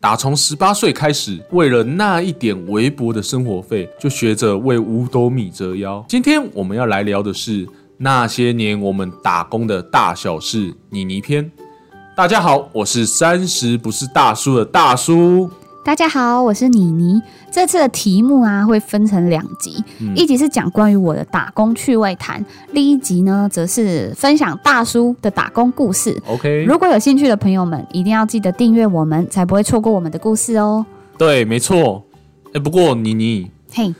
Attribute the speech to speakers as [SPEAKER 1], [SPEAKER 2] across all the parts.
[SPEAKER 1] 打从十八岁开始，为了那一点微薄的生活费，就学着为五斗米折腰。今天我们要来聊的是那些年我们打工的大小事——妮妮篇。大家好，我是三十不是大叔的大叔。
[SPEAKER 2] 大家好，我是妮妮。这次的题目啊，会分成两集，一集是讲关于我的打工趣味谈，另一集呢，则是分享大叔的打工故事。
[SPEAKER 1] OK，
[SPEAKER 2] 如果有兴趣的朋友们，一定要记得订阅我们，才不会错过我们的故事哦。
[SPEAKER 1] 对，没错。哎，不过妮妮，
[SPEAKER 2] 嘿，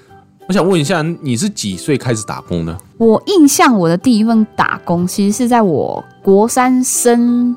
[SPEAKER 1] 我想问一下，你是几岁开始打工的？
[SPEAKER 2] 我印象我的第一份打工，其实是在我国三升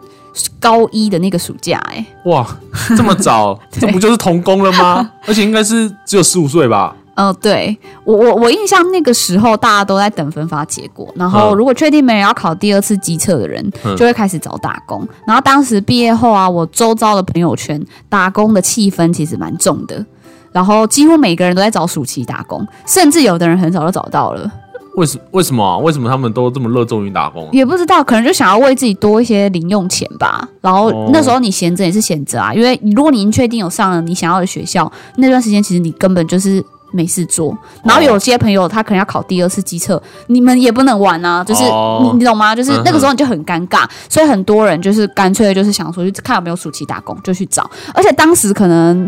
[SPEAKER 2] 高一的那个暑假、哎，
[SPEAKER 1] 哇， 这么 早，这不就是童工了 吗？而且应该是只有十五岁吧？
[SPEAKER 2] 哦，对我我我印象那个时候大家都在等分发结果，然后
[SPEAKER 1] 嗯
[SPEAKER 2] 如果确定没人要考第二次机测的人，
[SPEAKER 1] 嗯
[SPEAKER 2] 就会开始找打工。然后当时毕业后啊，我周遭的朋友圈打工的气氛其实蛮重的，然后几乎每个人都在找暑期打工，甚至有的人很早就找到了，
[SPEAKER 1] 为什为什么啊、为什么他们都这么热衷于打工啊？
[SPEAKER 2] 也不知道可能就想要为自己多一些零用钱吧。然
[SPEAKER 1] 哦
[SPEAKER 2] 后那时候你闲着也是闲着啊，因为如果你已经确定有上了你想要的学校，那段时间其实你根本就是。没事做，然后有些朋友他可能要考第二次机测，你们也不能玩啊，就是、
[SPEAKER 1] 哦
[SPEAKER 2] 你你懂吗？就是
[SPEAKER 1] 嗯哼
[SPEAKER 2] 那个时候你就很尴尬，所以很多人就是干脆就是想说去看有没有暑期打工就去找，而且当时可能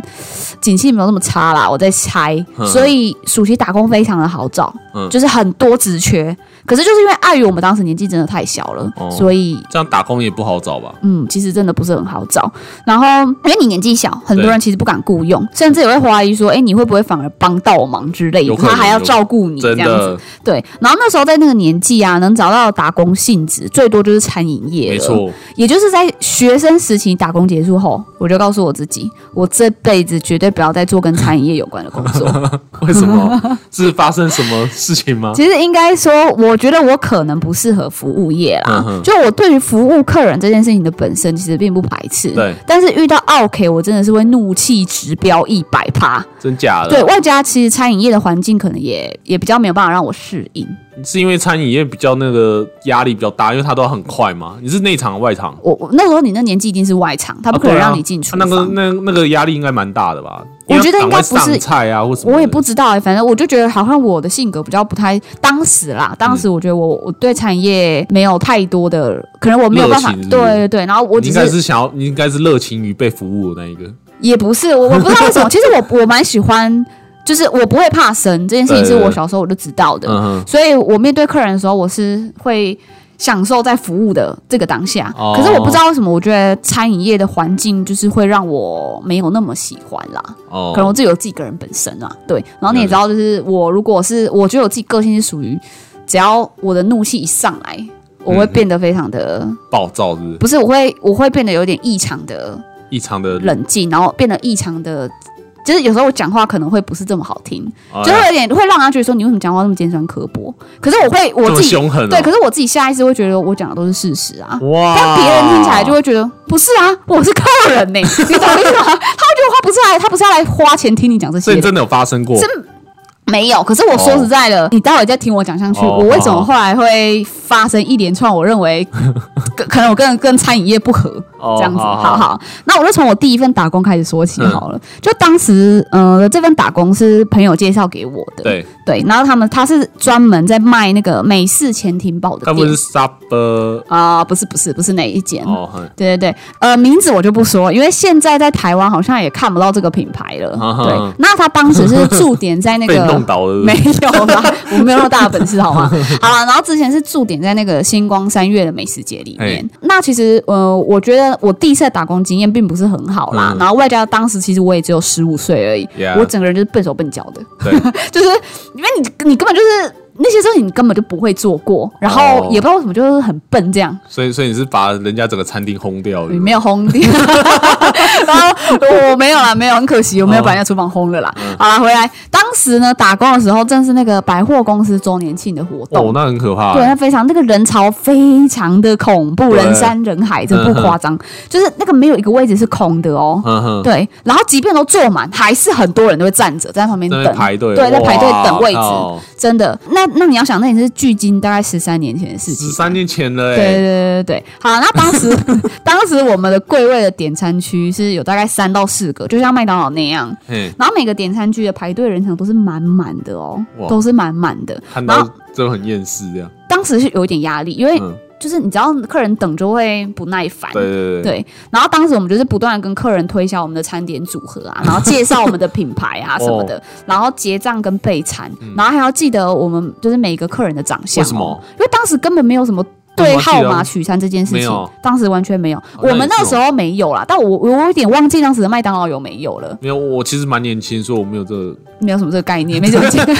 [SPEAKER 2] 景气没有那么差啦，我在猜，
[SPEAKER 1] 嗯
[SPEAKER 2] 所以暑期打工非常的好找，
[SPEAKER 1] 嗯
[SPEAKER 2] 就是很多职缺，可是就是因为碍于我们当时年纪真的太小了，
[SPEAKER 1] 哦
[SPEAKER 2] 所以
[SPEAKER 1] 这样打工也不好找吧？
[SPEAKER 2] 嗯，其实真的不是很好找。然后因为你年纪小，很多人其实不敢雇
[SPEAKER 1] 嗯
[SPEAKER 2] 佣，甚至也会怀疑说，哎，你会不会反而帮倒忙之类
[SPEAKER 1] 有
[SPEAKER 2] 的？
[SPEAKER 1] 可能
[SPEAKER 2] 他还要照顾你这
[SPEAKER 1] 真
[SPEAKER 2] 样子。
[SPEAKER 1] 的，
[SPEAKER 2] 对。然后那时候在那个年纪啊，能找到的打工性质最多就是餐饮业了。
[SPEAKER 1] 没错，
[SPEAKER 2] 也就是在学生时期打工结束后，我就告诉我自己，我这辈子绝对不要再做跟餐饮业有关的工 作。
[SPEAKER 1] 为什么是发生什么事情吗？
[SPEAKER 2] 其实应该说，我觉得我可能不适合服务业啦。
[SPEAKER 1] 嗯哼
[SPEAKER 2] 就我对于服务客人这件事情的本身，其实并不排斥。
[SPEAKER 1] 对，
[SPEAKER 2] 但是遇到 OK，我真的是会怒气值飙一百趴。
[SPEAKER 1] 真假的？
[SPEAKER 2] 对，外加其实餐饮业的环境可能也也比较没有办法让我适应。
[SPEAKER 1] 是因为餐饮业比较那个压力比较大，因为它都要很快嘛。你是内场还是外场？
[SPEAKER 2] 我我那时候你那年纪一定是外场，他不可能让你进厨
[SPEAKER 1] 啊
[SPEAKER 2] 房。
[SPEAKER 1] 那个那那个压力应该蛮大的吧？
[SPEAKER 2] 我觉得
[SPEAKER 1] 因为要赶快
[SPEAKER 2] 应该不是
[SPEAKER 1] 上菜啊，或什么的
[SPEAKER 2] 我也不知道哎、反正我就觉得好像我的性格比较不太，当时
[SPEAKER 1] 嗯
[SPEAKER 2] 啦，当时我觉得我我对产业没有太多的，可能我没有办法
[SPEAKER 1] 热情是，不
[SPEAKER 2] 对
[SPEAKER 1] 是
[SPEAKER 2] 对对，然后我
[SPEAKER 1] 你
[SPEAKER 2] 只
[SPEAKER 1] 应该
[SPEAKER 2] 是
[SPEAKER 1] 是想要，你应该是热情于被服务的那一个。
[SPEAKER 2] 也不是我我不知道 为什么，其实我我蛮喜欢，就是我不会怕生这件事情，是
[SPEAKER 1] 对对对
[SPEAKER 2] 我小时候我就知道的，
[SPEAKER 1] 嗯哼，
[SPEAKER 2] 所以我面对客人的时候，我是会享受在服务的这个当下。
[SPEAKER 1] 哦
[SPEAKER 2] 可是我不知道为什么，我觉得餐饮业的环境就是会让我没有那么喜欢啦。
[SPEAKER 1] 哦，
[SPEAKER 2] 可能我自己有自己个人本身啊，对。然后你也知道，就是我如果是我觉得我自己个性是属于，只要我的怒气一上来，我
[SPEAKER 1] 嗯
[SPEAKER 2] 会变得非常的，
[SPEAKER 1] 暴躁是不是
[SPEAKER 2] 不是我会我会变得有点异常的
[SPEAKER 1] 异常的，
[SPEAKER 2] 冷静，然后变得异常的。就是有时候我讲话可能会不是这么好听，
[SPEAKER 1] 哎呀
[SPEAKER 2] 就是有点会让人家觉得说你为什么讲话那么尖酸刻薄。可是我会我
[SPEAKER 1] 这么
[SPEAKER 2] 自己
[SPEAKER 1] 凶狠哦，
[SPEAKER 2] 对，可是我自己下意识会觉得我讲的都是事实啊。
[SPEAKER 1] 哇，
[SPEAKER 2] 但别人听起来就会觉得不是啊，我是客人 呢、你懂我意思吗？他会觉得他不是来，他不是要来花钱听你讲这
[SPEAKER 1] 所以
[SPEAKER 2] 些
[SPEAKER 1] 你
[SPEAKER 2] 的。
[SPEAKER 1] 真的有发生过，
[SPEAKER 2] 真没有，可是我说实在的，你待会再听我讲下去，
[SPEAKER 1] 哦
[SPEAKER 2] 我为什么后来会发生一连串我认为可可能我跟 跟餐饮业不合
[SPEAKER 1] 哦
[SPEAKER 2] 这样子？
[SPEAKER 1] 好嗯
[SPEAKER 2] 好好，那我就从我第一份打工开始说起好了。就当时呃，这份打工是朋友介绍给我的，
[SPEAKER 1] 对，
[SPEAKER 2] 对，然后他们他是专门在卖那个美式潜艇堡的
[SPEAKER 1] 该不会
[SPEAKER 2] 店
[SPEAKER 1] 是 Sub
[SPEAKER 2] 啊、不是不是不是那一间
[SPEAKER 1] 哦，很
[SPEAKER 2] 对对对，呃，名字我就不说，因为现在在台湾好像也看不到这个品牌了。
[SPEAKER 1] 啊哈
[SPEAKER 2] 对，那他当时是驻点在那
[SPEAKER 1] 被
[SPEAKER 2] 个
[SPEAKER 1] 弄倒了，
[SPEAKER 2] 没有啦， 我没有那么大的本事，好吗？好啦，然后之前是驻点在那个星光三月的美食节里面
[SPEAKER 1] 嘿。
[SPEAKER 2] 那其实呃，我觉得我第一次的打工经验并不是很好啦，
[SPEAKER 1] 嗯
[SPEAKER 2] 然后外加当时其实我也只有十五岁而已
[SPEAKER 1] Yeah
[SPEAKER 2] 我整个人就是笨手笨脚的，
[SPEAKER 1] 对
[SPEAKER 2] 就是因为你你根本就是。那些事情你根本就不会做过，然后
[SPEAKER 1] 哦
[SPEAKER 2] 也不知道为什么就是很笨这样，
[SPEAKER 1] 所以所以你是把人家整个餐厅轰掉了
[SPEAKER 2] 你，没有轰掉， 然后我没有啦，没有，很可惜，我没
[SPEAKER 1] 哦
[SPEAKER 2] 有把人家厨房轰了啦。
[SPEAKER 1] 嗯
[SPEAKER 2] 好啦，回来，当时呢打工的时候，正是那个百货公司周年庆的活动。
[SPEAKER 1] 哦，那很可怕
[SPEAKER 2] 对，，那啊非常那个人潮非常的恐怖，
[SPEAKER 1] 对
[SPEAKER 2] 人山人海，这不夸张，就是那个没有一个位置是空的哦。
[SPEAKER 1] 嗯哼，
[SPEAKER 2] 对，然后即便都坐满，还是很多人都会站着在旁边
[SPEAKER 1] 在那
[SPEAKER 2] 等
[SPEAKER 1] 边排队，
[SPEAKER 2] 对，在排队等位置，
[SPEAKER 1] 置，
[SPEAKER 2] 真的。那那你要想，那也是距今大概十三年前的事情
[SPEAKER 1] 十。三年前了，
[SPEAKER 2] 对
[SPEAKER 1] 哎，
[SPEAKER 2] 对对对对，好，那当时当时我们的柜位的点餐区是有有大概三到四个，就像麦当劳那样。
[SPEAKER 1] 嘿，
[SPEAKER 2] 然后每个点餐区的排队人潮都是满满的哦
[SPEAKER 1] 哇，
[SPEAKER 2] 都是满满的。
[SPEAKER 1] 看
[SPEAKER 2] 然
[SPEAKER 1] 到
[SPEAKER 2] 后
[SPEAKER 1] 真的很厌世这样。
[SPEAKER 2] 当时是有一点压力，因为
[SPEAKER 1] 嗯，
[SPEAKER 2] 就是你知道客人等就会不耐烦。
[SPEAKER 1] 对对对
[SPEAKER 2] 对，然后当时我们就是不断的跟客人推销我们的餐点组 合啊，然后介绍我们的品牌啊什么的，
[SPEAKER 1] 哦
[SPEAKER 2] 然后结账跟备餐，然后还要记得我们就是每个客人的长相、
[SPEAKER 1] 嗯
[SPEAKER 2] 哦
[SPEAKER 1] 为什么？
[SPEAKER 2] 因为当时根本没有什么。对号码取餐这件事
[SPEAKER 1] 没有
[SPEAKER 2] 情，当时完全没有。
[SPEAKER 1] 那也
[SPEAKER 2] 我们那
[SPEAKER 1] 是哦
[SPEAKER 2] 时候没有啦，但我我有一点忘记当时的麦当劳有没有了，
[SPEAKER 1] 没有，我其实蛮年轻，所以我没有这 个，
[SPEAKER 2] 没有什么这个概念，没什么这 个。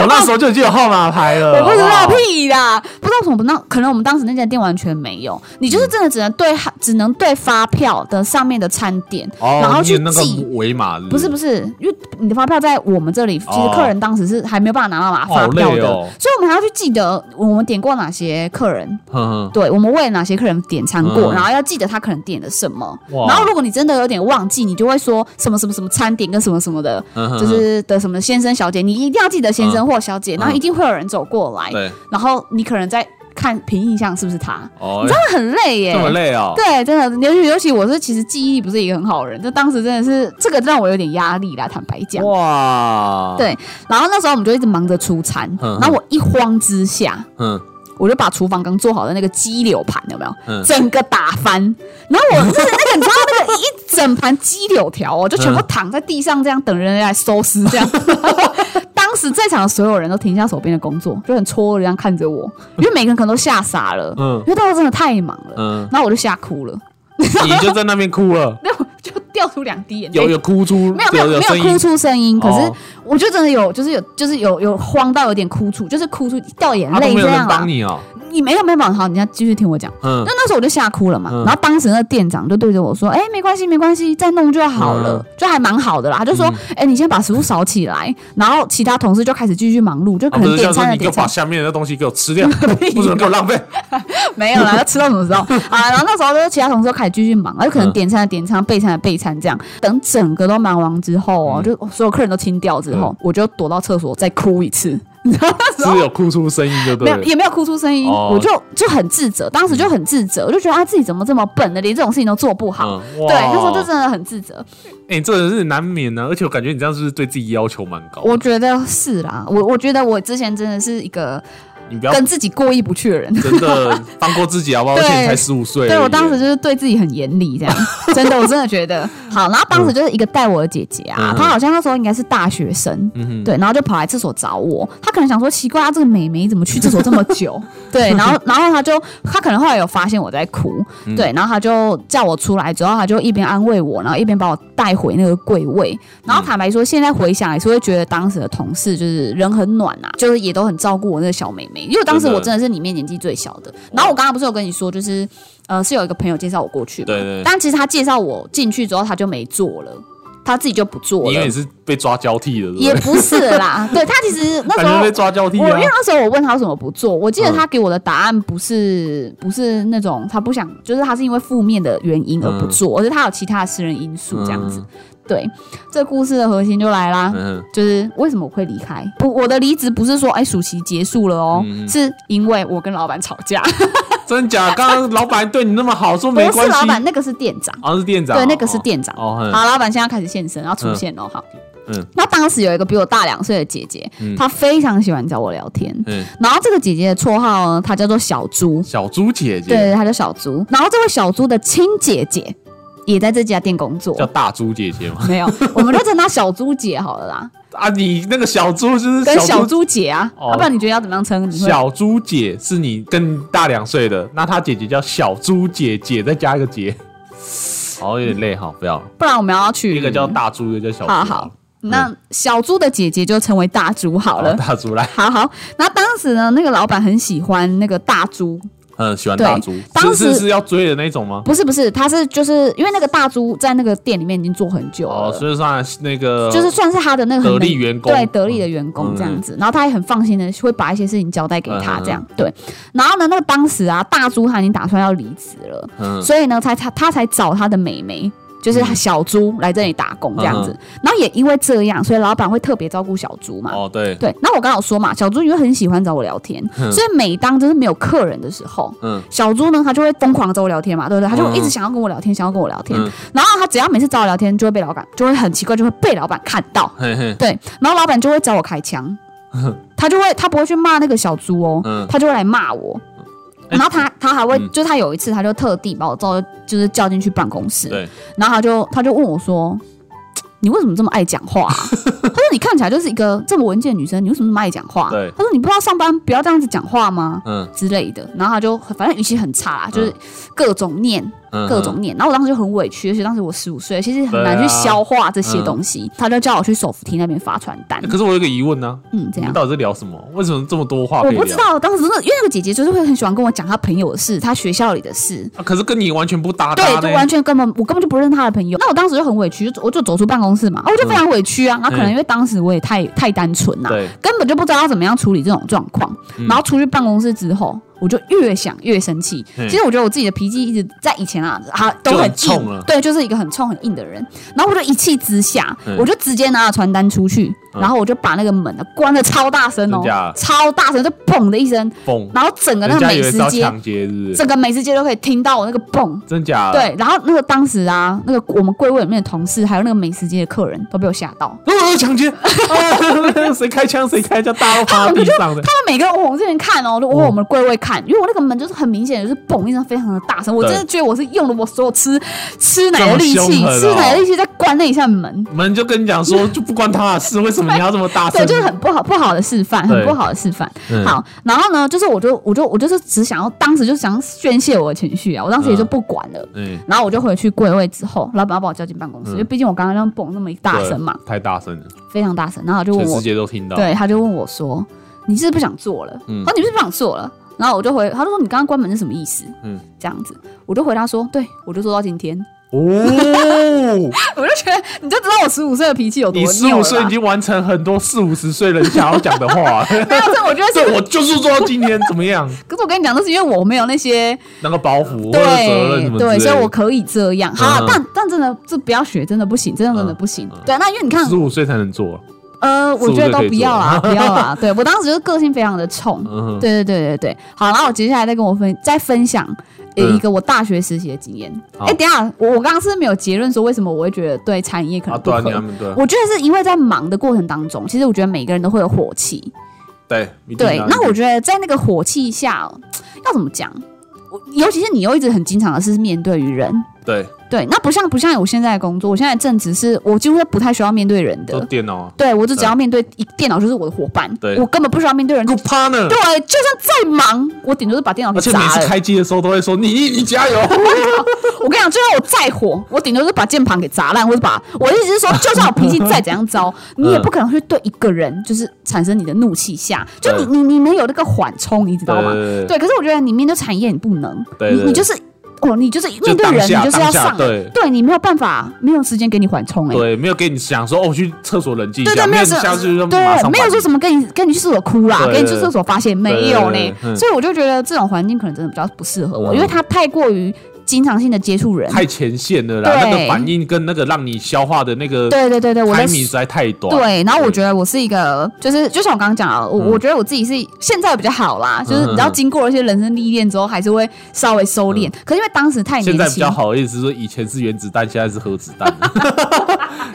[SPEAKER 1] 我那时候就已经有号码牌了。
[SPEAKER 2] 我不知
[SPEAKER 1] 好
[SPEAKER 2] 道
[SPEAKER 1] 不好
[SPEAKER 2] 屁啦，不知道为什么不那可能我们当时那家店完全没有，你
[SPEAKER 1] 嗯
[SPEAKER 2] 就是真的只能对只能对发票的上面的餐点，
[SPEAKER 1] 哦，
[SPEAKER 2] 然后去
[SPEAKER 1] 念那个
[SPEAKER 2] 记。
[SPEAKER 1] 尾码，
[SPEAKER 2] 不是不
[SPEAKER 1] 是，
[SPEAKER 2] 是，因为你的发票在我们这里，其实
[SPEAKER 1] 嗯哦
[SPEAKER 2] 客人当时是还没有办法拿到拿
[SPEAKER 1] 好
[SPEAKER 2] 发
[SPEAKER 1] 累
[SPEAKER 2] 票的，
[SPEAKER 1] 哦
[SPEAKER 2] 所以我们还要去记得我们点过哪些客人，
[SPEAKER 1] 哼哼，
[SPEAKER 2] 对我们为哪些客人点餐过，
[SPEAKER 1] 嗯
[SPEAKER 2] 然后要记得他可能点了什么。
[SPEAKER 1] 哇
[SPEAKER 2] 然后如果你真的有点忘记，你就会说什么什么什么餐点跟什么什么的，
[SPEAKER 1] 嗯哼
[SPEAKER 2] 就是的什么先生小姐，你一定要记得先生或小姐，
[SPEAKER 1] 嗯
[SPEAKER 2] 然后一定会有人走过来，
[SPEAKER 1] 对，
[SPEAKER 2] 然后你可能在看凭印象是不是他，
[SPEAKER 1] 哦
[SPEAKER 2] 你知，道很累耶、
[SPEAKER 1] 这么累哦，
[SPEAKER 2] 对，真的，尤其尤其我是其实记忆力不是一个很好的人，就当时真的是这个让我有点压力啦，坦白讲。
[SPEAKER 1] 哇，
[SPEAKER 2] 对然后那时候我们就一直忙着出餐，
[SPEAKER 1] 嗯
[SPEAKER 2] 然后我一慌之下，
[SPEAKER 1] 嗯
[SPEAKER 2] 我就把厨房刚做好的那个鸡柳盘有没有，
[SPEAKER 1] 嗯，
[SPEAKER 2] 整个打翻，然后我就是那个你知道那个一整盘鸡柳条哦，就全部躺在地上这样等人来收拾 这样。当时在场的所有人都停下手边的工作，就很错愕的这样看着我，因为每个人可能都吓傻了，
[SPEAKER 1] 嗯
[SPEAKER 2] 因为大家真的太忙了。
[SPEAKER 1] 嗯，
[SPEAKER 2] 然后我就吓哭了，
[SPEAKER 1] 你就在那边哭 了，
[SPEAKER 2] 然后就掉出两滴眼泪
[SPEAKER 1] 有。有哭出，
[SPEAKER 2] 没有没有
[SPEAKER 1] 有
[SPEAKER 2] 没
[SPEAKER 1] 声
[SPEAKER 2] 有
[SPEAKER 1] 音
[SPEAKER 2] 哭出声嗯音，可是
[SPEAKER 1] 哦
[SPEAKER 2] 我就真的有，就是有，就是有有慌到有点哭出，就是哭出掉眼
[SPEAKER 1] 啊都
[SPEAKER 2] 泪
[SPEAKER 1] 没有
[SPEAKER 2] 这
[SPEAKER 1] 人
[SPEAKER 2] 样
[SPEAKER 1] 帮
[SPEAKER 2] 啦。
[SPEAKER 1] 你哦，
[SPEAKER 2] 你没有没有办法，好，你要继续听我讲。
[SPEAKER 1] 嗯
[SPEAKER 2] 那那时候我就吓哭了嘛，
[SPEAKER 1] 嗯
[SPEAKER 2] 然后当时那个店长就对着我说：“哎、没关系，没关系，再弄就好了，
[SPEAKER 1] 嗯
[SPEAKER 2] 就还蛮好的啦。”他就说：“哎、你先把食物扫起来。”然后其他同事就开始继续忙碌，就
[SPEAKER 1] 啊，
[SPEAKER 2] 可
[SPEAKER 1] 不
[SPEAKER 2] 能
[SPEAKER 1] 是
[SPEAKER 2] 点
[SPEAKER 1] 叫说
[SPEAKER 2] 餐的
[SPEAKER 1] 你给
[SPEAKER 2] 点
[SPEAKER 1] 我把
[SPEAKER 2] 餐、
[SPEAKER 1] 下面的东西给我吃 掉，不准给我浪费。
[SPEAKER 2] 没有啦，要吃到什么时 候啊？然后那时候就是其他同事都开始继续忙，而可能
[SPEAKER 1] 嗯
[SPEAKER 2] 点餐的点餐，备餐的备餐，这样等整个都忙完之后哦，
[SPEAKER 1] 嗯
[SPEAKER 2] 就哦所有客人都清掉之后，我就躲到厕所再哭一次。你知道那时候
[SPEAKER 1] 是有哭出声音就
[SPEAKER 2] 没
[SPEAKER 1] 对
[SPEAKER 2] 有，
[SPEAKER 1] 了。
[SPEAKER 2] 也没有哭出声音，
[SPEAKER 1] 哦
[SPEAKER 2] 我就就很自责，当时就很自责，我就觉得啊自己怎么这么笨呢，连这种事情都做不好。
[SPEAKER 1] 嗯，
[SPEAKER 2] 对，
[SPEAKER 1] 哇
[SPEAKER 2] 那时候就真的很自责，
[SPEAKER 1] 哎、这人是难免呢、而且我感觉你这样是不是对自己要求蛮高的？
[SPEAKER 2] 我觉得是啦，我我觉得我之前真的是一个
[SPEAKER 1] 你不要
[SPEAKER 2] 跟自己过意不去的 人，
[SPEAKER 1] 真的放过自己好不好？而
[SPEAKER 2] 对
[SPEAKER 1] 且你才十五岁而已，
[SPEAKER 2] 对我当时就是对自己很严厉，这样 真的，我真的觉得好。然后当时就是一个带我的姐姐啊，
[SPEAKER 1] 嗯
[SPEAKER 2] 她好像那时候应该是大学生。
[SPEAKER 1] 嗯哼，
[SPEAKER 2] 对，然后就跑来厕所找我，她可能想说奇怪，啊这个美眉怎么去厕所这么久？ 对，然后然后她就她可能后来有发现我在哭，
[SPEAKER 1] 嗯
[SPEAKER 2] 对，然后她就叫我出来之后，她就一边安慰我，然后一边把我带回那个柜位。
[SPEAKER 1] 嗯
[SPEAKER 2] 然后坦白说，现在回想也是会觉得当时的同事就是人很暖啊，就是也都很照顾我那个小妹妹，因为当时
[SPEAKER 1] 真的
[SPEAKER 2] 我真的是里面年纪最小的。然后我刚刚不是有跟你说，就是呃是有一个朋友介绍我过去嘛，
[SPEAKER 1] 对对对
[SPEAKER 2] 但其实他介绍我进去之后，他就没做了，他自己就不做
[SPEAKER 1] 你因为
[SPEAKER 2] 了
[SPEAKER 1] 你。是被抓交替的，对不
[SPEAKER 2] 也
[SPEAKER 1] 对？
[SPEAKER 2] 不是 啦，对他其实那时
[SPEAKER 1] 感觉
[SPEAKER 2] 候
[SPEAKER 1] 被抓交替
[SPEAKER 2] 我因
[SPEAKER 1] 啊
[SPEAKER 2] 为。那时候我问他为什么不做，我记得
[SPEAKER 1] 嗯
[SPEAKER 2] 他给我的答案不是不是那种他不想，就是他是因为负面的原因而不
[SPEAKER 1] 嗯
[SPEAKER 2] 做，而是他有其他的私人因素这样子。对，这故事的核心就来啦。
[SPEAKER 1] 嗯，
[SPEAKER 2] 就是为什么我会离开？不，我的离职不是说哎暑期结束了哦，
[SPEAKER 1] 嗯
[SPEAKER 2] 是因为我跟老板吵架，
[SPEAKER 1] 嗯真假？刚刚老板对你那么好，说
[SPEAKER 2] 不
[SPEAKER 1] 没关
[SPEAKER 2] 是
[SPEAKER 1] 系，哦
[SPEAKER 2] 老板，那个是店长，
[SPEAKER 1] 好像是店长，
[SPEAKER 2] 对，那个是店长。
[SPEAKER 1] 哦，哦
[SPEAKER 2] 好，老板现在开始现身，然后出现哦，好。
[SPEAKER 1] 嗯
[SPEAKER 2] 那当时有一个比我大两岁的姐姐，
[SPEAKER 1] 嗯
[SPEAKER 2] 她非常喜欢找我聊天。
[SPEAKER 1] 嗯，嗯
[SPEAKER 2] 然后这个姐姐的绰号呢，她叫做小猪，
[SPEAKER 1] 小猪姐姐
[SPEAKER 2] 对，她叫小猪。然后这位小猪的亲姐姐也在这家店工作
[SPEAKER 1] 叫，大猪姐姐嘛？
[SPEAKER 2] 没有，我们就叫她小猪姐好了啦，
[SPEAKER 1] 啊，你那个小猪就是
[SPEAKER 2] 跟小
[SPEAKER 1] 猪。
[SPEAKER 2] 猪姐啊，要、
[SPEAKER 1] 哦
[SPEAKER 2] 不然你觉得要怎么样称？你会
[SPEAKER 1] 小猪姐是你跟你大两岁的，那她姐姐叫小猪姐姐，再加一个姐，好有点累哈，不要了，
[SPEAKER 2] 不然我们要去
[SPEAKER 1] 一个叫大猪，一个叫小猪，
[SPEAKER 2] 嗯
[SPEAKER 1] 嗯
[SPEAKER 2] 好好，那小猪的姐姐就成为大猪好
[SPEAKER 1] 好
[SPEAKER 2] 了。
[SPEAKER 1] 大猪来，
[SPEAKER 2] 好好，那当时呢，那个老板很喜欢那个大猪，
[SPEAKER 1] 嗯，喜欢
[SPEAKER 2] 对
[SPEAKER 1] 大猪，
[SPEAKER 2] 当
[SPEAKER 1] 是
[SPEAKER 2] 时
[SPEAKER 1] 是是要追的那种吗？
[SPEAKER 2] 不是不是，他是就是因为那个大猪在那个店里面已经做很久了，
[SPEAKER 1] 哦，所以算那个
[SPEAKER 2] 就是算是他的那个很
[SPEAKER 1] 得力
[SPEAKER 2] 能
[SPEAKER 1] 员工嗯
[SPEAKER 2] 对得力的员工这样子，然后他也很放心的会把一些事情交代给他
[SPEAKER 1] 嗯嗯嗯
[SPEAKER 2] 这样，对。然后呢，那个当时啊，大猪他已经打算要离职了，
[SPEAKER 1] 嗯
[SPEAKER 2] 所以呢，才他他才找他的妹妹。就是小猪来这里打工这样子。
[SPEAKER 1] 嗯
[SPEAKER 2] 然后也因为这样，所以老板会特别照顾小猪嘛。
[SPEAKER 1] 哦，对，
[SPEAKER 2] 对，那我刚好说嘛，小猪因为很喜欢找我聊天，
[SPEAKER 1] 嗯
[SPEAKER 2] 所以每当就是没有客人的时候，
[SPEAKER 1] 嗯，
[SPEAKER 2] 小猪呢，他就会疯狂找我聊天嘛，对不对？他就
[SPEAKER 1] 嗯
[SPEAKER 2] 一直想要跟我聊天，想要跟我聊天。
[SPEAKER 1] 嗯
[SPEAKER 2] 然后他只要每次找我聊天，就会被老板，就会很奇怪，就会被老板看到。
[SPEAKER 1] 嘿嘿，
[SPEAKER 2] 对，然后老板就会找我 开枪，他就会他不会去骂那个小猪哦，
[SPEAKER 1] 嗯
[SPEAKER 2] 他就会来骂我。
[SPEAKER 1] 哎
[SPEAKER 2] 然后他他还会，
[SPEAKER 1] 嗯
[SPEAKER 2] 就是他有一次，他就特地把我叫，就是叫进去办公室，
[SPEAKER 1] 对，
[SPEAKER 2] 然后他就他就问我说：“你为什么这么爱讲话、啊？” 他说：“你看起来就是一个这么文静的女生，你为什么这么爱讲话？”啊
[SPEAKER 1] 对
[SPEAKER 2] 他说：“你不知道上班不要这样子讲话吗？”
[SPEAKER 1] 嗯
[SPEAKER 2] 之类的，然后他就反正语气很差啦，就是各种念、
[SPEAKER 1] 嗯，
[SPEAKER 2] 各种念，然后我当时就很委屈，而且当时我十五岁，其实很难
[SPEAKER 1] 对啊
[SPEAKER 2] 去消化这些东西。他就叫我去手扶梯那边发传单
[SPEAKER 1] 嗯。，可是我啊有一个疑问呢，
[SPEAKER 2] 嗯，这
[SPEAKER 1] 你
[SPEAKER 2] 样
[SPEAKER 1] 们到底在聊什么？为什么这么多话可
[SPEAKER 2] 我
[SPEAKER 1] 以聊？
[SPEAKER 2] 不知道，当时真的因为那个姐姐就是会很喜欢跟我讲她朋友的事，她学校里的事。
[SPEAKER 1] 啊，可是跟你完全不搭
[SPEAKER 2] 对，
[SPEAKER 1] 搭
[SPEAKER 2] 就
[SPEAKER 1] 呢。嗯
[SPEAKER 2] 完全根本我根本就不认识她的朋友，那我当时就很委屈，就我就走出办公室嘛，啊，我就非常委屈啊。然后可能因为当时我也太太单纯啦、
[SPEAKER 1] 对，
[SPEAKER 2] 根本就不知道要怎么样处理这种状况。
[SPEAKER 1] 嗯
[SPEAKER 2] 然后出去办公室之后，我就越想越生气。
[SPEAKER 1] 嗯
[SPEAKER 2] 其实我觉得我自己的脾气一直在以前啊，啊都
[SPEAKER 1] 就很
[SPEAKER 2] 很
[SPEAKER 1] 冲了
[SPEAKER 2] 硬，对，就是一个很冲很硬的人。然后我就一气之下，
[SPEAKER 1] 嗯
[SPEAKER 2] 我就直接拿了传单出去，
[SPEAKER 1] 嗯
[SPEAKER 2] 然后我就把那个门啊关的超大声哦
[SPEAKER 1] 真假，
[SPEAKER 2] 超大声，就砰的一声，
[SPEAKER 1] 蹦，
[SPEAKER 2] 然后整个那
[SPEAKER 1] 人
[SPEAKER 2] 个
[SPEAKER 1] 家以
[SPEAKER 2] 美
[SPEAKER 1] 为
[SPEAKER 2] 食
[SPEAKER 1] 是要
[SPEAKER 2] 街，
[SPEAKER 1] 抢啊劫，是不是？
[SPEAKER 2] 整个美食街都可以听到我那个蹦。
[SPEAKER 1] 真假？，
[SPEAKER 2] 对，然后那个当时啊，那个我们柜位里面的同事，还有那个美食街的客人都被我吓到，
[SPEAKER 1] 哦，抢劫！ 啊谁开枪谁开枪，大家都趴在地上的。
[SPEAKER 2] 他们每个人往我这边看哦，就
[SPEAKER 1] 嗯
[SPEAKER 2] 往我们柜位看，因为我那个门就是很明显，就是嘣一声非常的大声，我
[SPEAKER 1] 对
[SPEAKER 2] 真的觉得我是用了我所有吃吃奶的力
[SPEAKER 1] 这么
[SPEAKER 2] 气，
[SPEAKER 1] 凶狠哦
[SPEAKER 2] 吃奶的力气在关那一扇门。
[SPEAKER 1] 我们就跟你讲说，就不关他的事，为什么你要这么大
[SPEAKER 2] 对，
[SPEAKER 1] 声？
[SPEAKER 2] 就是很不好，不好的示范，
[SPEAKER 1] 对
[SPEAKER 2] 很不好的示范。
[SPEAKER 1] 嗯
[SPEAKER 2] 好，然后呢，就是我就我就我就是只想要，当时就想宣泄我的情绪啊，我当时也就不管了。
[SPEAKER 1] 嗯，
[SPEAKER 2] 然后我就回去柜位之后，老板要把我叫进办公
[SPEAKER 1] 嗯
[SPEAKER 2] 室，因为毕竟我刚刚那样蹦那么一大声嘛，
[SPEAKER 1] 对，太大声了，
[SPEAKER 2] 非常大声。然后就问
[SPEAKER 1] 全
[SPEAKER 2] 我
[SPEAKER 1] 世界都听到。
[SPEAKER 2] 对，他就问我说：“你是不是不想做了？”
[SPEAKER 1] 嗯
[SPEAKER 2] 他说：“你是不是不想做了？”然后我就回，他就说：“你刚刚关门是什么意思？”
[SPEAKER 1] 嗯
[SPEAKER 2] 嗯，这样子，我就回答说：“对，我就做到 今天。
[SPEAKER 1] 哦，”
[SPEAKER 2] 我就觉得你就知 道我十五岁的脾气有多
[SPEAKER 1] 你十
[SPEAKER 2] 拗
[SPEAKER 1] 五
[SPEAKER 2] 了
[SPEAKER 1] 岁已
[SPEAKER 2] 吧。
[SPEAKER 1] 经完成很多四五十岁人想要讲的 话。
[SPEAKER 2] 没有，这我觉得
[SPEAKER 1] 对，
[SPEAKER 2] 是。
[SPEAKER 1] 我就是做到今天，怎么 样？
[SPEAKER 2] 可是我跟你讲，这是因为我没有那些
[SPEAKER 1] 那个包袱或者责任什
[SPEAKER 2] 对
[SPEAKER 1] 么
[SPEAKER 2] 对，
[SPEAKER 1] 之
[SPEAKER 2] 所以
[SPEAKER 1] 类
[SPEAKER 2] 我可以这样。好啊
[SPEAKER 1] 嗯，
[SPEAKER 2] 但但真的这不要学，真的不行，真的真的
[SPEAKER 1] 嗯
[SPEAKER 2] 不行
[SPEAKER 1] 嗯。
[SPEAKER 2] 对，那因为你看
[SPEAKER 1] 的，十五岁才能做。啊
[SPEAKER 2] 呃，我觉得都不要啦
[SPEAKER 1] 15岁，
[SPEAKER 2] 不要 啦。对我当时就个性非常的冲，
[SPEAKER 1] 嗯，
[SPEAKER 2] 对对对对对，好，然后我接下来再跟我分再分享呃
[SPEAKER 1] 嗯
[SPEAKER 2] 一个我大学实习的经验。
[SPEAKER 1] 好
[SPEAKER 2] 哎、等一下，我我刚刚是没有结论说为什么我会觉得对餐饮业可
[SPEAKER 1] 啊，
[SPEAKER 2] 能不
[SPEAKER 1] 对
[SPEAKER 2] 合。
[SPEAKER 1] 啊，你他们对啊
[SPEAKER 2] 我觉得是因为在忙的过程当中，其实我觉得每个人都会有火气。
[SPEAKER 1] 对，一定啊
[SPEAKER 2] 对
[SPEAKER 1] 的，
[SPEAKER 2] 那我觉得在那个火气下哦，要怎么讲？我尤其是你又一直很经常的是面对于人，
[SPEAKER 1] 对
[SPEAKER 2] 对，那不像不像我现在的工作，我现在的正职是我几乎都不太需要面对人
[SPEAKER 1] 都
[SPEAKER 2] 的。
[SPEAKER 1] 电脑啊
[SPEAKER 2] 对，我就只要面对一电脑就是我的伙伴，
[SPEAKER 1] 对
[SPEAKER 2] 我根本不需要面对人。
[SPEAKER 1] ，Good partner。
[SPEAKER 2] 对，就算再忙，我顶多是把电脑
[SPEAKER 1] 而
[SPEAKER 2] 给
[SPEAKER 1] 且
[SPEAKER 2] 砸
[SPEAKER 1] 每次
[SPEAKER 2] 了。
[SPEAKER 1] 开机的时候都会说你你你加油，
[SPEAKER 2] 我跟你讲，就算我再火，我顶多是把键盘给砸烂，或者把我的意思是说，就算我脾气再怎样 糟，
[SPEAKER 1] 嗯
[SPEAKER 2] 你也不可能去对一个人就是产生你的怒气下，就你你你能有那个缓冲，你知道吗？
[SPEAKER 1] 对
[SPEAKER 2] 对，可是我觉得你面对产业你不能，
[SPEAKER 1] 对对
[SPEAKER 2] 你你就是哦，你就是面对
[SPEAKER 1] 当
[SPEAKER 2] 人，
[SPEAKER 1] 下
[SPEAKER 2] 你就是要
[SPEAKER 1] 当下
[SPEAKER 2] 上来，
[SPEAKER 1] 对
[SPEAKER 2] 对你没有办法，没有时间给你缓冲哎、欸
[SPEAKER 1] 对，没有给你想说哦，我去厕所冷静一
[SPEAKER 2] 对
[SPEAKER 1] 下，
[SPEAKER 2] 对，没
[SPEAKER 1] 有
[SPEAKER 2] 有
[SPEAKER 1] 你
[SPEAKER 2] 说
[SPEAKER 1] 下去就马
[SPEAKER 2] 对，
[SPEAKER 1] 上
[SPEAKER 2] 没有说什么跟你跟你去厕所哭啦，
[SPEAKER 1] 对
[SPEAKER 2] 跟你去厕所发泄没
[SPEAKER 1] 对对
[SPEAKER 2] 有呢
[SPEAKER 1] 对，嗯
[SPEAKER 2] 所以我就觉得这种环境可能真的比较不适合
[SPEAKER 1] 嗯
[SPEAKER 2] 我，因为它太过于经常性的接触人
[SPEAKER 1] 把。太前线了啦，
[SPEAKER 2] 对
[SPEAKER 1] 那个反应跟那个让你消化的那个
[SPEAKER 2] 对对对对，我的
[SPEAKER 1] timing 实在太短。
[SPEAKER 2] 对，然后我觉得我是一个，就是就像我刚刚讲的，我、
[SPEAKER 1] 啊嗯
[SPEAKER 2] 我觉得我自己是现在比较好啦，就是你知
[SPEAKER 1] 嗯
[SPEAKER 2] 道
[SPEAKER 1] 嗯嗯
[SPEAKER 2] 经过了一些人生历练之后，还是会稍微收敛。可是因为当时太
[SPEAKER 1] 现
[SPEAKER 2] 年
[SPEAKER 1] 在比
[SPEAKER 2] 轻
[SPEAKER 1] 较，好的意思是说，以前是原子弹，现在是核子弹，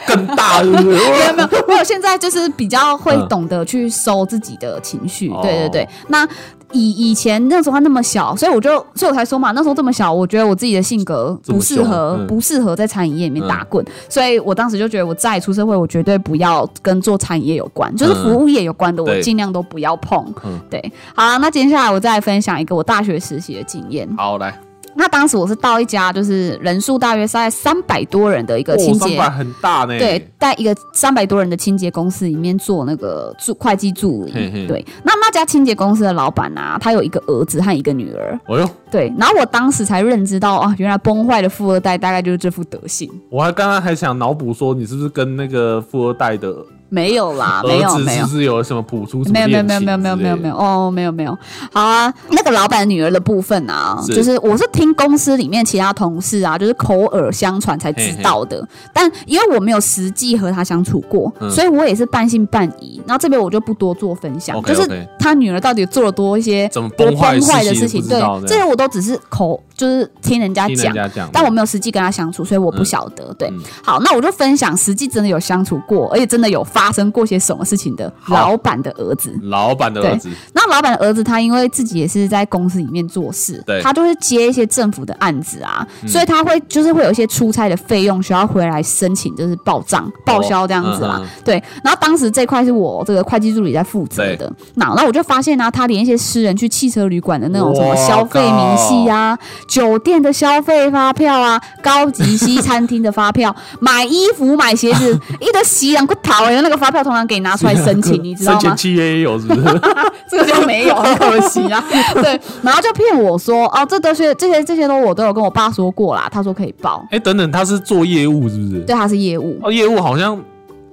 [SPEAKER 1] 更大，对不对？
[SPEAKER 2] 没有没有没有，现在就是比较会
[SPEAKER 1] 嗯
[SPEAKER 2] 懂得去收自己的情绪。
[SPEAKER 1] 哦
[SPEAKER 2] 对对对，那以以前那时候他那么小，所以我就所以我才说嘛，那时候这么小，我觉得我自己的性格
[SPEAKER 1] 这么
[SPEAKER 2] 不适合
[SPEAKER 1] 凶嗯嗯
[SPEAKER 2] 不适合在餐饮业里面打滚，所以我当时就觉得我再出社会，我绝对不要跟做餐饮业有关，就是服务业有关的，
[SPEAKER 1] 嗯对
[SPEAKER 2] 我尽量都不要碰
[SPEAKER 1] 嗯。
[SPEAKER 2] 对，好啦，那接下来我再来分享一个我大学实习的经验。
[SPEAKER 1] 好，来，
[SPEAKER 2] 那当时我是到一家就是人数大约是在三百多人的一个
[SPEAKER 1] 哦，
[SPEAKER 2] 清
[SPEAKER 1] 三
[SPEAKER 2] 洁
[SPEAKER 1] 百很大呢。
[SPEAKER 2] 对，，在一个三百多人的清洁公司里面做那个助会计助理。
[SPEAKER 1] 嘿嘿
[SPEAKER 2] 对，那那家清洁公司的老板啊，他有一个儿子和一个女儿。
[SPEAKER 1] 哎呦，
[SPEAKER 2] 对，然后我当时才认知到啊，原来崩坏的富二代大概就是这副德行。
[SPEAKER 1] 我还刚刚还想脑补说，你是不是跟那个富二代的
[SPEAKER 2] 没有啦，没
[SPEAKER 1] 儿
[SPEAKER 2] 有
[SPEAKER 1] 子
[SPEAKER 2] 没
[SPEAKER 1] 是
[SPEAKER 2] 有
[SPEAKER 1] 不。是有什么谱出什
[SPEAKER 2] 没
[SPEAKER 1] 么
[SPEAKER 2] 有没有
[SPEAKER 1] 恋
[SPEAKER 2] 没有
[SPEAKER 1] 情
[SPEAKER 2] 没有没有没有
[SPEAKER 1] 之类的
[SPEAKER 2] 没有没有哦没有没有好啊，那个老板女儿的部分啊，
[SPEAKER 1] 是
[SPEAKER 2] 就是我是听公司里面其他同事啊，就是口耳相传才知道的。但因为我没有实际和他相处过，
[SPEAKER 1] 嗯
[SPEAKER 2] 所以我也是半信半疑。然后这边我就不多做分享
[SPEAKER 1] OK，OK
[SPEAKER 2] 就是他女儿到底做了多一些
[SPEAKER 1] 怎么
[SPEAKER 2] 多
[SPEAKER 1] 崩坏
[SPEAKER 2] 崩坏
[SPEAKER 1] 的
[SPEAKER 2] 的
[SPEAKER 1] 事
[SPEAKER 2] 事
[SPEAKER 1] 情
[SPEAKER 2] 情，
[SPEAKER 1] 不知
[SPEAKER 2] 对
[SPEAKER 1] 道，
[SPEAKER 2] 这些我都只是口就是听人家
[SPEAKER 1] 听
[SPEAKER 2] 讲
[SPEAKER 1] 人。家讲，
[SPEAKER 2] 但我没有实际跟他相处，所以我不
[SPEAKER 1] 嗯
[SPEAKER 2] 晓得。对
[SPEAKER 1] 嗯，
[SPEAKER 2] 好，那我就分享实际真的有相处过，而且真的有发生过些什么事情的
[SPEAKER 1] 好
[SPEAKER 2] 老板的儿子。
[SPEAKER 1] 老板的儿子，
[SPEAKER 2] 那老板的儿子他因为自己也是在公司里面做事
[SPEAKER 1] 对，嗯
[SPEAKER 2] 他就会接一些政府的案子啊，所以他会就是会有一些出差的费用需要回来申请，就是报账报销这样子啦。
[SPEAKER 1] 哦嗯嗯
[SPEAKER 2] 对，然后当时这块是我这个会计助理在负责的，那那我就发现呢、啊他连一些私人去汽车旅馆的那种什么
[SPEAKER 1] 哇
[SPEAKER 2] 消费明细啊、酒店的消费发票啊、高级西餐厅的发票、 买衣服、买鞋子，一堆洗两个桃的那个发票，通常给你拿出来 申请，你知道
[SPEAKER 1] 生
[SPEAKER 2] 吗
[SPEAKER 1] 前？契约也有是不是？
[SPEAKER 2] 这个就 没有，很可惜啊。 对，然后就骗我说，哦，这都是这些这些都我都有跟我爸说过啦，他说可以报，
[SPEAKER 1] 哎，等等，他是做业务是不是？
[SPEAKER 2] 对，他是业务。
[SPEAKER 1] 哦，业务好像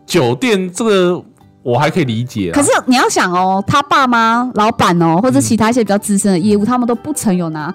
[SPEAKER 1] 酒店这个我还可以理解啊，
[SPEAKER 2] 可是你要想哦，他爸妈、老板哦，或者其他一些比较资深的业务，他们都不曾有拿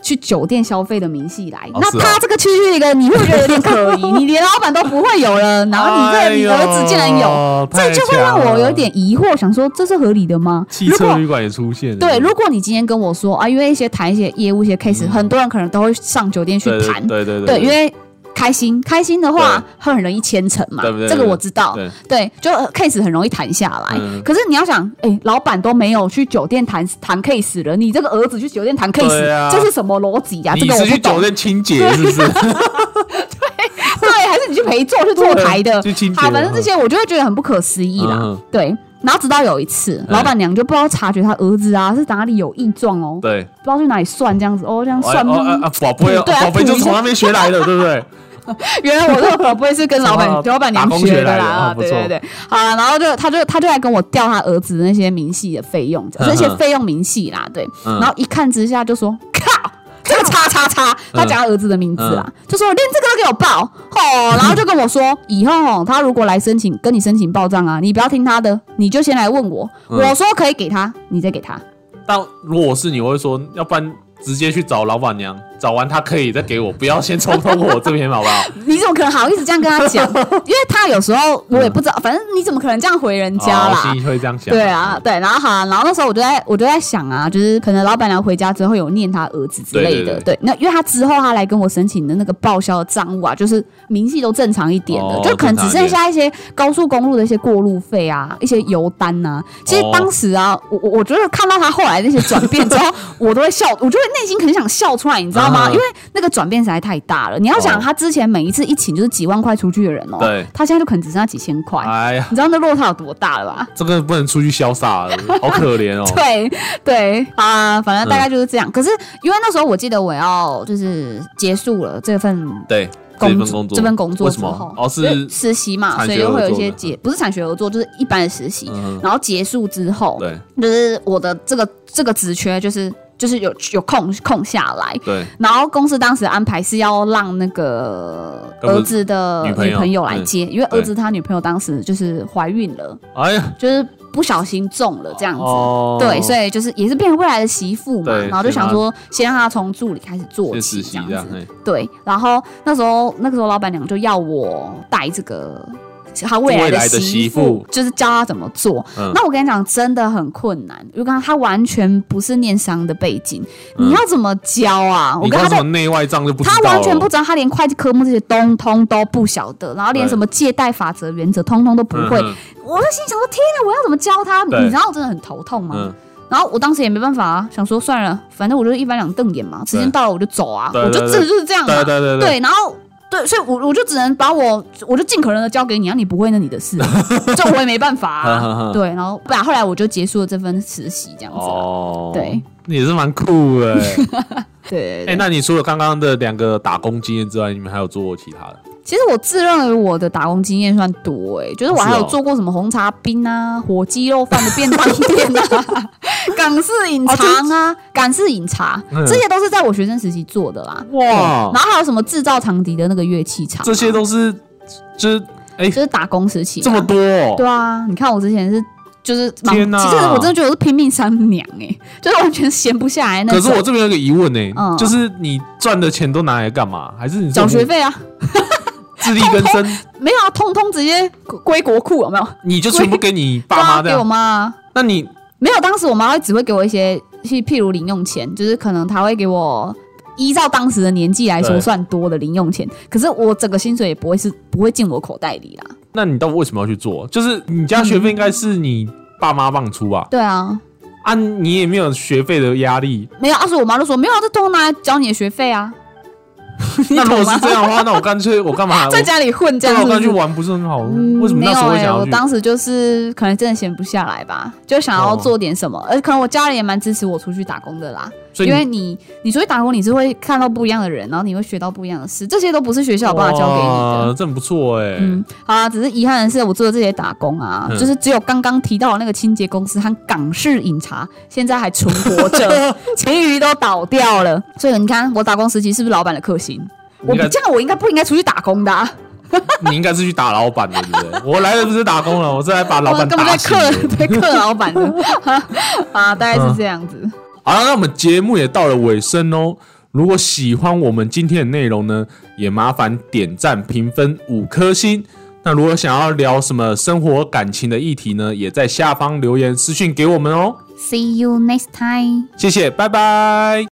[SPEAKER 2] 去酒店消费的明细来。
[SPEAKER 1] 哦
[SPEAKER 2] 那
[SPEAKER 1] 是哦
[SPEAKER 2] 他这个区域一个，你会不会觉得有点可疑， 你连老板都不会有了，然后你这个你儿子竟然有，
[SPEAKER 1] 有
[SPEAKER 2] 这就会让我有一点疑惑，想说这是合理的吗？
[SPEAKER 1] 汽
[SPEAKER 2] 如
[SPEAKER 1] 车
[SPEAKER 2] 果
[SPEAKER 1] 旅馆也出现了，
[SPEAKER 2] 对，如果你今天跟我说啊，因为一些谈一些业务、一些 case，、很多人可能都会上酒店去
[SPEAKER 1] 嗯对
[SPEAKER 2] 谈，
[SPEAKER 1] 对对
[SPEAKER 2] 对，因为开心，开心的话会很容易牵成嘛，
[SPEAKER 1] 对不对
[SPEAKER 2] 这个我知道，
[SPEAKER 1] 对
[SPEAKER 2] 对，就呃 case 很容易谈下来。
[SPEAKER 1] 嗯
[SPEAKER 2] 可是你要想，哎、老板都没有去酒店谈谈 case 了，你这个儿子去酒店谈 case，、
[SPEAKER 1] 对啊
[SPEAKER 2] 这是什么逻辑啊呀、这
[SPEAKER 1] 你
[SPEAKER 2] 个我
[SPEAKER 1] 是
[SPEAKER 2] 不
[SPEAKER 1] 去酒
[SPEAKER 2] 懂。
[SPEAKER 1] 店清洁是不是？
[SPEAKER 2] 对，还是你去陪坐去坐
[SPEAKER 1] 啊
[SPEAKER 2] 台的？
[SPEAKER 1] 去清洁，
[SPEAKER 2] 好，反正这些我就会觉得很不可思议啦。
[SPEAKER 1] 啊嗯
[SPEAKER 2] 对，然后直到有一次，
[SPEAKER 1] 嗯
[SPEAKER 2] 老板娘就不知道察觉他儿子啊是哪里有异状哦，不
[SPEAKER 1] 对，
[SPEAKER 2] 知道去哪里算这样子哦，这样算
[SPEAKER 1] 哦 啊啊，宝贝哦，
[SPEAKER 2] 对啊
[SPEAKER 1] 宝贝
[SPEAKER 2] 补一
[SPEAKER 1] 就
[SPEAKER 2] 下
[SPEAKER 1] 从那边学来的，对不对？
[SPEAKER 2] 原来我这个不会是跟老
[SPEAKER 1] 什么
[SPEAKER 2] 板老板娘
[SPEAKER 1] 打工学
[SPEAKER 2] 学
[SPEAKER 1] 来的
[SPEAKER 2] 的啦，
[SPEAKER 1] 哦
[SPEAKER 2] 啊
[SPEAKER 1] 不
[SPEAKER 2] 对
[SPEAKER 1] 错
[SPEAKER 2] 对对，好啦，然后就他就他就来跟我调他儿子那些明细的费用，
[SPEAKER 1] 嗯
[SPEAKER 2] 这些费用明细啦，对，
[SPEAKER 1] 嗯
[SPEAKER 2] 然后一看之下就说靠。这个叉叉叉，他讲他儿子的名字啦，
[SPEAKER 1] 嗯
[SPEAKER 2] 就说连这个都给我报哦，然后就跟 我说，以后哦，他如果来申请跟你申请报账啊，你不要听他的，你就先来问我，
[SPEAKER 1] 嗯
[SPEAKER 2] 我说可以给他，你再给他，
[SPEAKER 1] 但如果是你，我会说，要不然直接去找老板娘，找完她可以再给我，不要先冲通我这边，好不好？
[SPEAKER 2] 你怎么可能好意思这样跟他讲？因为他有时候我也不知道，反正 你怎么可能这样回人家
[SPEAKER 1] 哦
[SPEAKER 2] 啦？
[SPEAKER 1] 我心里会这样想。
[SPEAKER 2] 对啊，，对，然后好、啊，然后那时候我就在我就在想啊，就是可能老板娘回家之后有念她儿子之类的，
[SPEAKER 1] 对对对
[SPEAKER 2] 那因为她之后她来跟我申请的那个报销的账务啊，就是明细都正常一点的，
[SPEAKER 1] 哦
[SPEAKER 2] 就可能只剩下一些高速公路的一些过路费啊，一些油单呐、其实
[SPEAKER 1] 哦
[SPEAKER 2] 当时啊，我我我觉得看到她后来那些转变之后，我都会笑，我就会内心很想笑出来，你知道
[SPEAKER 1] 嗯
[SPEAKER 2] 吗？因为那个转变实在太大了。你要
[SPEAKER 1] 哦
[SPEAKER 2] 想，她之前每一次一请就是几万块出去的人哦，
[SPEAKER 1] 对
[SPEAKER 2] 她现在就可能只剩下几千块，
[SPEAKER 1] 哎呀，
[SPEAKER 2] 你知道那落差有多大了吧？
[SPEAKER 1] 这个不能出去潇洒了，好可怜哦。 嗯
[SPEAKER 2] 对对啊、反正大概就是这样。可是因为那时候我记得我要就是结束了这份
[SPEAKER 1] 对，这
[SPEAKER 2] 工
[SPEAKER 1] 份工作，
[SPEAKER 2] 这份工作
[SPEAKER 1] 为什
[SPEAKER 2] 之后
[SPEAKER 1] 么？，哦，
[SPEAKER 2] 因为
[SPEAKER 1] 是，
[SPEAKER 2] 实习嘛，
[SPEAKER 1] 产
[SPEAKER 2] 所以
[SPEAKER 1] 学
[SPEAKER 2] 就
[SPEAKER 1] 合
[SPEAKER 2] 会有一
[SPEAKER 1] 作
[SPEAKER 2] 些
[SPEAKER 1] 的
[SPEAKER 2] 结不是产学合作，就是一般的实习。
[SPEAKER 1] 嗯，
[SPEAKER 2] 然后结束之后，
[SPEAKER 1] 对
[SPEAKER 2] 就是我的这个这个职缺就是。就是有有空空下来，
[SPEAKER 1] 对，
[SPEAKER 2] 然后公司当时安排是要让那个
[SPEAKER 1] 跟我
[SPEAKER 2] 儿子的
[SPEAKER 1] 呃女朋友
[SPEAKER 2] 女朋友来
[SPEAKER 1] 嗯
[SPEAKER 2] 接，因为
[SPEAKER 1] 对
[SPEAKER 2] 儿子他女朋友当时就是怀孕了，
[SPEAKER 1] 哎呀，
[SPEAKER 2] 就是不小心中了这样子，
[SPEAKER 1] 哦，
[SPEAKER 2] 对，所以就是也是变成未来的媳妇嘛，
[SPEAKER 1] 对
[SPEAKER 2] 然后就想说先让她从助理开始做
[SPEAKER 1] 先实
[SPEAKER 2] 起
[SPEAKER 1] 习
[SPEAKER 2] 这
[SPEAKER 1] 这
[SPEAKER 2] 样
[SPEAKER 1] 样，哎
[SPEAKER 2] 子。
[SPEAKER 1] 嘿
[SPEAKER 2] 对，然后那时候那个时候老板娘就要我带这个她未
[SPEAKER 1] 未
[SPEAKER 2] 来
[SPEAKER 1] 来的媳
[SPEAKER 2] 媳
[SPEAKER 1] 妇
[SPEAKER 2] 就是教她怎么做。
[SPEAKER 1] 嗯
[SPEAKER 2] 那我跟你讲，真的很困难，因为刚刚她完全不是念商的背景，
[SPEAKER 1] 嗯
[SPEAKER 2] 你要怎么教啊？我
[SPEAKER 1] 你
[SPEAKER 2] 跟
[SPEAKER 1] 光
[SPEAKER 2] 她
[SPEAKER 1] 什么
[SPEAKER 2] 在。
[SPEAKER 1] 内外账就不知道哦
[SPEAKER 2] 她
[SPEAKER 1] 了，
[SPEAKER 2] 完全不知道，她连会计科目这些东通都不晓得，然后连
[SPEAKER 1] 对
[SPEAKER 2] 什么借贷法则、原则，通通都不会。
[SPEAKER 1] 嗯
[SPEAKER 2] 我就心想说：天啊，我要怎么教她？
[SPEAKER 1] 对
[SPEAKER 2] 你知道我真的很头痛吗？
[SPEAKER 1] 嗯，
[SPEAKER 2] 然后我当时也没办法啊，想说算了，反正我就一翻两瞪眼嘛，时间到了我就走啊，
[SPEAKER 1] 对
[SPEAKER 2] 我就
[SPEAKER 1] 对
[SPEAKER 2] 真的就是这样嘛。
[SPEAKER 1] 对对对对，
[SPEAKER 2] 对然后对，所以我我就只能把我我就尽可能的交给你啊，你不会那你的事啊，这我也没办法
[SPEAKER 1] 哈哈
[SPEAKER 2] 啊
[SPEAKER 1] 哈。
[SPEAKER 2] 对，然后不然后来我就结束了这份实习这样子啊。
[SPEAKER 1] 哦，
[SPEAKER 2] 对，
[SPEAKER 1] 也是蛮酷 的欸。
[SPEAKER 2] 对对
[SPEAKER 1] 哎，
[SPEAKER 2] 对，
[SPEAKER 1] 那你除了刚刚的两个打工经验之外，你们还有做过其他的？
[SPEAKER 2] 其实我自认为我的打工经验算多哎、就是我还
[SPEAKER 1] 是
[SPEAKER 2] 有
[SPEAKER 1] 哦
[SPEAKER 2] 做过什么红茶冰啊、火鸡肉饭的便当店啊、 港式饮
[SPEAKER 1] 哦
[SPEAKER 2] 茶
[SPEAKER 1] 真
[SPEAKER 2] 啊、港式饮茶，
[SPEAKER 1] 嗯
[SPEAKER 2] 这些都是在我学生时期做的啦。
[SPEAKER 1] 哇
[SPEAKER 2] 然，后还有什么制造长笛的那个乐器厂啊、
[SPEAKER 1] 哦这些都是，就是
[SPEAKER 2] 就是打工时期、啊。
[SPEAKER 1] 这么多哦，
[SPEAKER 2] 对啊，你看我之前是就是忙，
[SPEAKER 1] 天哪
[SPEAKER 2] 其实我真的觉得我是拼命三娘哎、就是完全闲不下来那
[SPEAKER 1] 可
[SPEAKER 2] 种。
[SPEAKER 1] 是我这边有个疑问呢、
[SPEAKER 2] 嗯
[SPEAKER 1] 就是你赚的钱都拿来干嘛？还是你
[SPEAKER 2] 缴学费啊，
[SPEAKER 1] 自力更生，
[SPEAKER 2] 没有啊，通通直接归国库有没有？
[SPEAKER 1] 你就全部给你爸
[SPEAKER 2] 对啊
[SPEAKER 1] 妈这
[SPEAKER 2] 给我
[SPEAKER 1] 样？
[SPEAKER 2] 妈啊，
[SPEAKER 1] 那你
[SPEAKER 2] 没有，当时我妈会只会给我一些，譬譬如零用钱，就是可能她会给我依照当时的年纪来说
[SPEAKER 1] 对
[SPEAKER 2] 算多的零用钱，可是我整个薪水也不会是不会进我口袋里啦。
[SPEAKER 1] 那你到底为什么要去做？就是你家学费应该是你爸妈帮你出吧？
[SPEAKER 2] 对啊，
[SPEAKER 1] 啊，你也没有学费的压力。
[SPEAKER 2] 没有，当时我妈就说没有啊，这通拿来交你的学 费啊。 你
[SPEAKER 1] 那如果
[SPEAKER 2] 懂吗
[SPEAKER 1] 是这样的话，那我干脆我干 嘛？我
[SPEAKER 2] 在家里混这
[SPEAKER 1] 对啊
[SPEAKER 2] 样是
[SPEAKER 1] 我
[SPEAKER 2] 不
[SPEAKER 1] 干脆
[SPEAKER 2] 是
[SPEAKER 1] 去玩不是很好？
[SPEAKER 2] 嗯
[SPEAKER 1] 为什么那时候会
[SPEAKER 2] 没
[SPEAKER 1] 想
[SPEAKER 2] 有
[SPEAKER 1] 要
[SPEAKER 2] 欸我
[SPEAKER 1] 去？
[SPEAKER 2] 当时就是可能真的闲不下来吧，就想要
[SPEAKER 1] 哦
[SPEAKER 2] 做点什么，而可能我家人也蛮支持我出去打工的啦。
[SPEAKER 1] 所以
[SPEAKER 2] 因
[SPEAKER 1] 你
[SPEAKER 2] 为你你出去打工，你是会看到不一样的人，然后你会学到不一样的事，这些都不是学校有办法教给你的。
[SPEAKER 1] 哇，这很不错哎、
[SPEAKER 2] 嗯，好啊，只是遗憾的是，我做的这些打工啊，
[SPEAKER 1] 嗯
[SPEAKER 2] 就是只有刚刚提到的那个清洁公司和港式饮茶现在还存活 着，其余都倒掉了。所以你看，我打工时期是不是老板的克星？我
[SPEAKER 1] 你应
[SPEAKER 2] 不
[SPEAKER 1] 该
[SPEAKER 2] 这样，我应该不应该出去打工的、啊？
[SPEAKER 1] 你应该是去打老板的，对不对？我来的不是打工了，我是来把老板
[SPEAKER 2] 我根本
[SPEAKER 1] 打
[SPEAKER 2] 在
[SPEAKER 1] 醒
[SPEAKER 2] 克
[SPEAKER 1] 的。
[SPEAKER 2] 在克老板的 啊，大概是这样子。
[SPEAKER 1] 好了，那我们节目也到了尾声哦。如果喜欢我们今天的内容呢，也麻烦点赞、评分五颗星。那如果想要聊什么生活感情的议题呢，也在下方留言私讯给我们哦。
[SPEAKER 2] See you next time.
[SPEAKER 1] 谢谢，拜拜。